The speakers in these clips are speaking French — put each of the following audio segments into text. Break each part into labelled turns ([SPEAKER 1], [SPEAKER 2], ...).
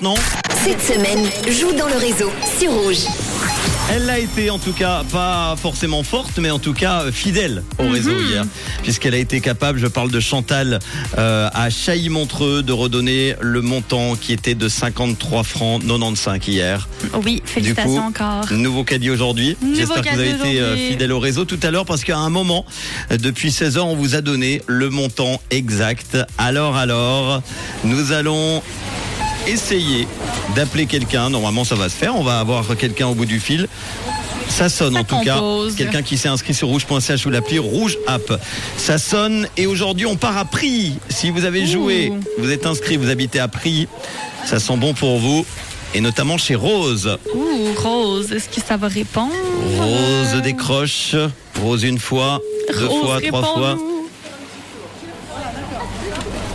[SPEAKER 1] maintenant.
[SPEAKER 2] Cette semaine, joue dans le réseau sur Rouge.
[SPEAKER 1] Elle l'a été en tout cas, pas forcément forte, mais en tout cas euh, fidèle au réseau hier, puisqu'elle a été capable, je parle de Chantal, euh, à Chailly-Montreux, de redonner le montant qui était de 53 francs 95 hier.
[SPEAKER 3] Oui,
[SPEAKER 1] Du coup,
[SPEAKER 3] félicitations encore.
[SPEAKER 1] Nouveau caddie aujourd'hui.
[SPEAKER 3] Nouveau
[SPEAKER 1] J'espère que vous avez
[SPEAKER 3] caddie
[SPEAKER 1] été euh,
[SPEAKER 3] aujourd'hui.
[SPEAKER 1] fidèle au réseau tout à l'heure parce qu'à un moment, euh, depuis 16 heures, on vous a donné le montant exact. Alors, alors, nous allons essayer d'appeler quelqu'un. Normalement, ça va se faire. On va avoir quelqu'un au bout du fil. Ça sonne
[SPEAKER 3] Ça
[SPEAKER 1] en tout
[SPEAKER 3] compose.
[SPEAKER 1] cas. Quelqu'un qui s'est inscrit sur rouge.ch ou l'appli Rouge App. Ça sonne et aujourd'hui on part à Prix. Si vous avez joué,
[SPEAKER 3] Ouh.
[SPEAKER 1] vous êtes inscrit, vous habitez à Prix, ça sent bon pour vous et notamment chez Rose.
[SPEAKER 3] Ouh, Rose, est-ce que ça va répondre?
[SPEAKER 1] Rose décroche. Rose une fois, deux
[SPEAKER 3] Rose,
[SPEAKER 1] fois, trois fois.
[SPEAKER 3] réponds-nous.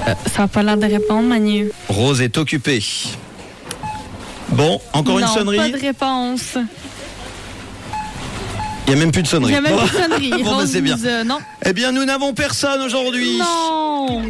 [SPEAKER 3] Euh, ça n'a pas l'air de répondre, Manu.
[SPEAKER 1] Rose est occupée. Bon, encore
[SPEAKER 3] non,
[SPEAKER 1] une
[SPEAKER 3] pas
[SPEAKER 1] sonnerie.
[SPEAKER 3] de réponse.
[SPEAKER 1] Il n'y a même plus de
[SPEAKER 3] Il
[SPEAKER 1] sonnerie.
[SPEAKER 3] n'y a même
[SPEAKER 1] Bon.
[SPEAKER 3] pas de sonnerie.
[SPEAKER 1] Bon, ben,
[SPEAKER 3] Rose
[SPEAKER 1] c'est bien.
[SPEAKER 3] nous a- non.
[SPEAKER 1] Eh bien, nous n'avons personne aujourd'hui.
[SPEAKER 3] Non.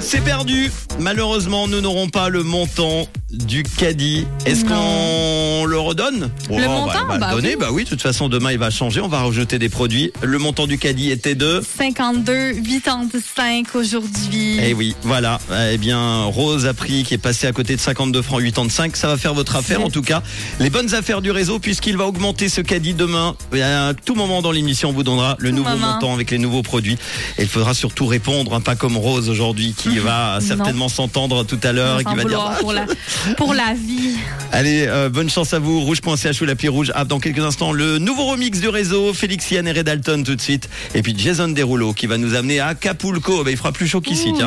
[SPEAKER 1] C'est perdu. Malheureusement, nous n'aurons pas le montant du caddie. Est-ce qu'on le redonne
[SPEAKER 3] Le
[SPEAKER 1] on va-
[SPEAKER 3] montant,
[SPEAKER 1] on va le
[SPEAKER 3] bah
[SPEAKER 1] donner.
[SPEAKER 3] oui.
[SPEAKER 1] Bah oui, de toute façon, demain, il va changer. On va rejeter des produits. Le montant du caddie était de...
[SPEAKER 3] 52, 85 aujourd'hui.
[SPEAKER 1] Eh oui, voilà. Eh bien, Rose a pris qui est passé à côté de 52 francs 85. Ça va faire votre affaire, en tout cas. Les bonnes affaires du réseau, puisqu'il va augmenter ce caddie demain. Et À tout moment dans l'émission, on vous donnera le
[SPEAKER 3] Tout
[SPEAKER 1] nouveau
[SPEAKER 3] moment.
[SPEAKER 1] montant avec les nouveaux produits. Et il faudra surtout répondre, hein, pas comme Rose aujourd'hui, qui va certainement s'entendre tout à l'heure et
[SPEAKER 3] Sans
[SPEAKER 1] qui va dire.
[SPEAKER 3] vouloir
[SPEAKER 1] Ah,
[SPEAKER 3] pour, la, pour la vie.
[SPEAKER 1] Allez, euh, bonne chance à vous. Rouge.ch ou l'appli rouge. Ah, dans quelques instants, le nouveau remix du réseau. Félix Yann et Red Alton tout de suite. Et puis Jason Derulo qui va nous amener à Acapulco. Eh ben, Bah, il fera plus chaud qu'ici. tiens.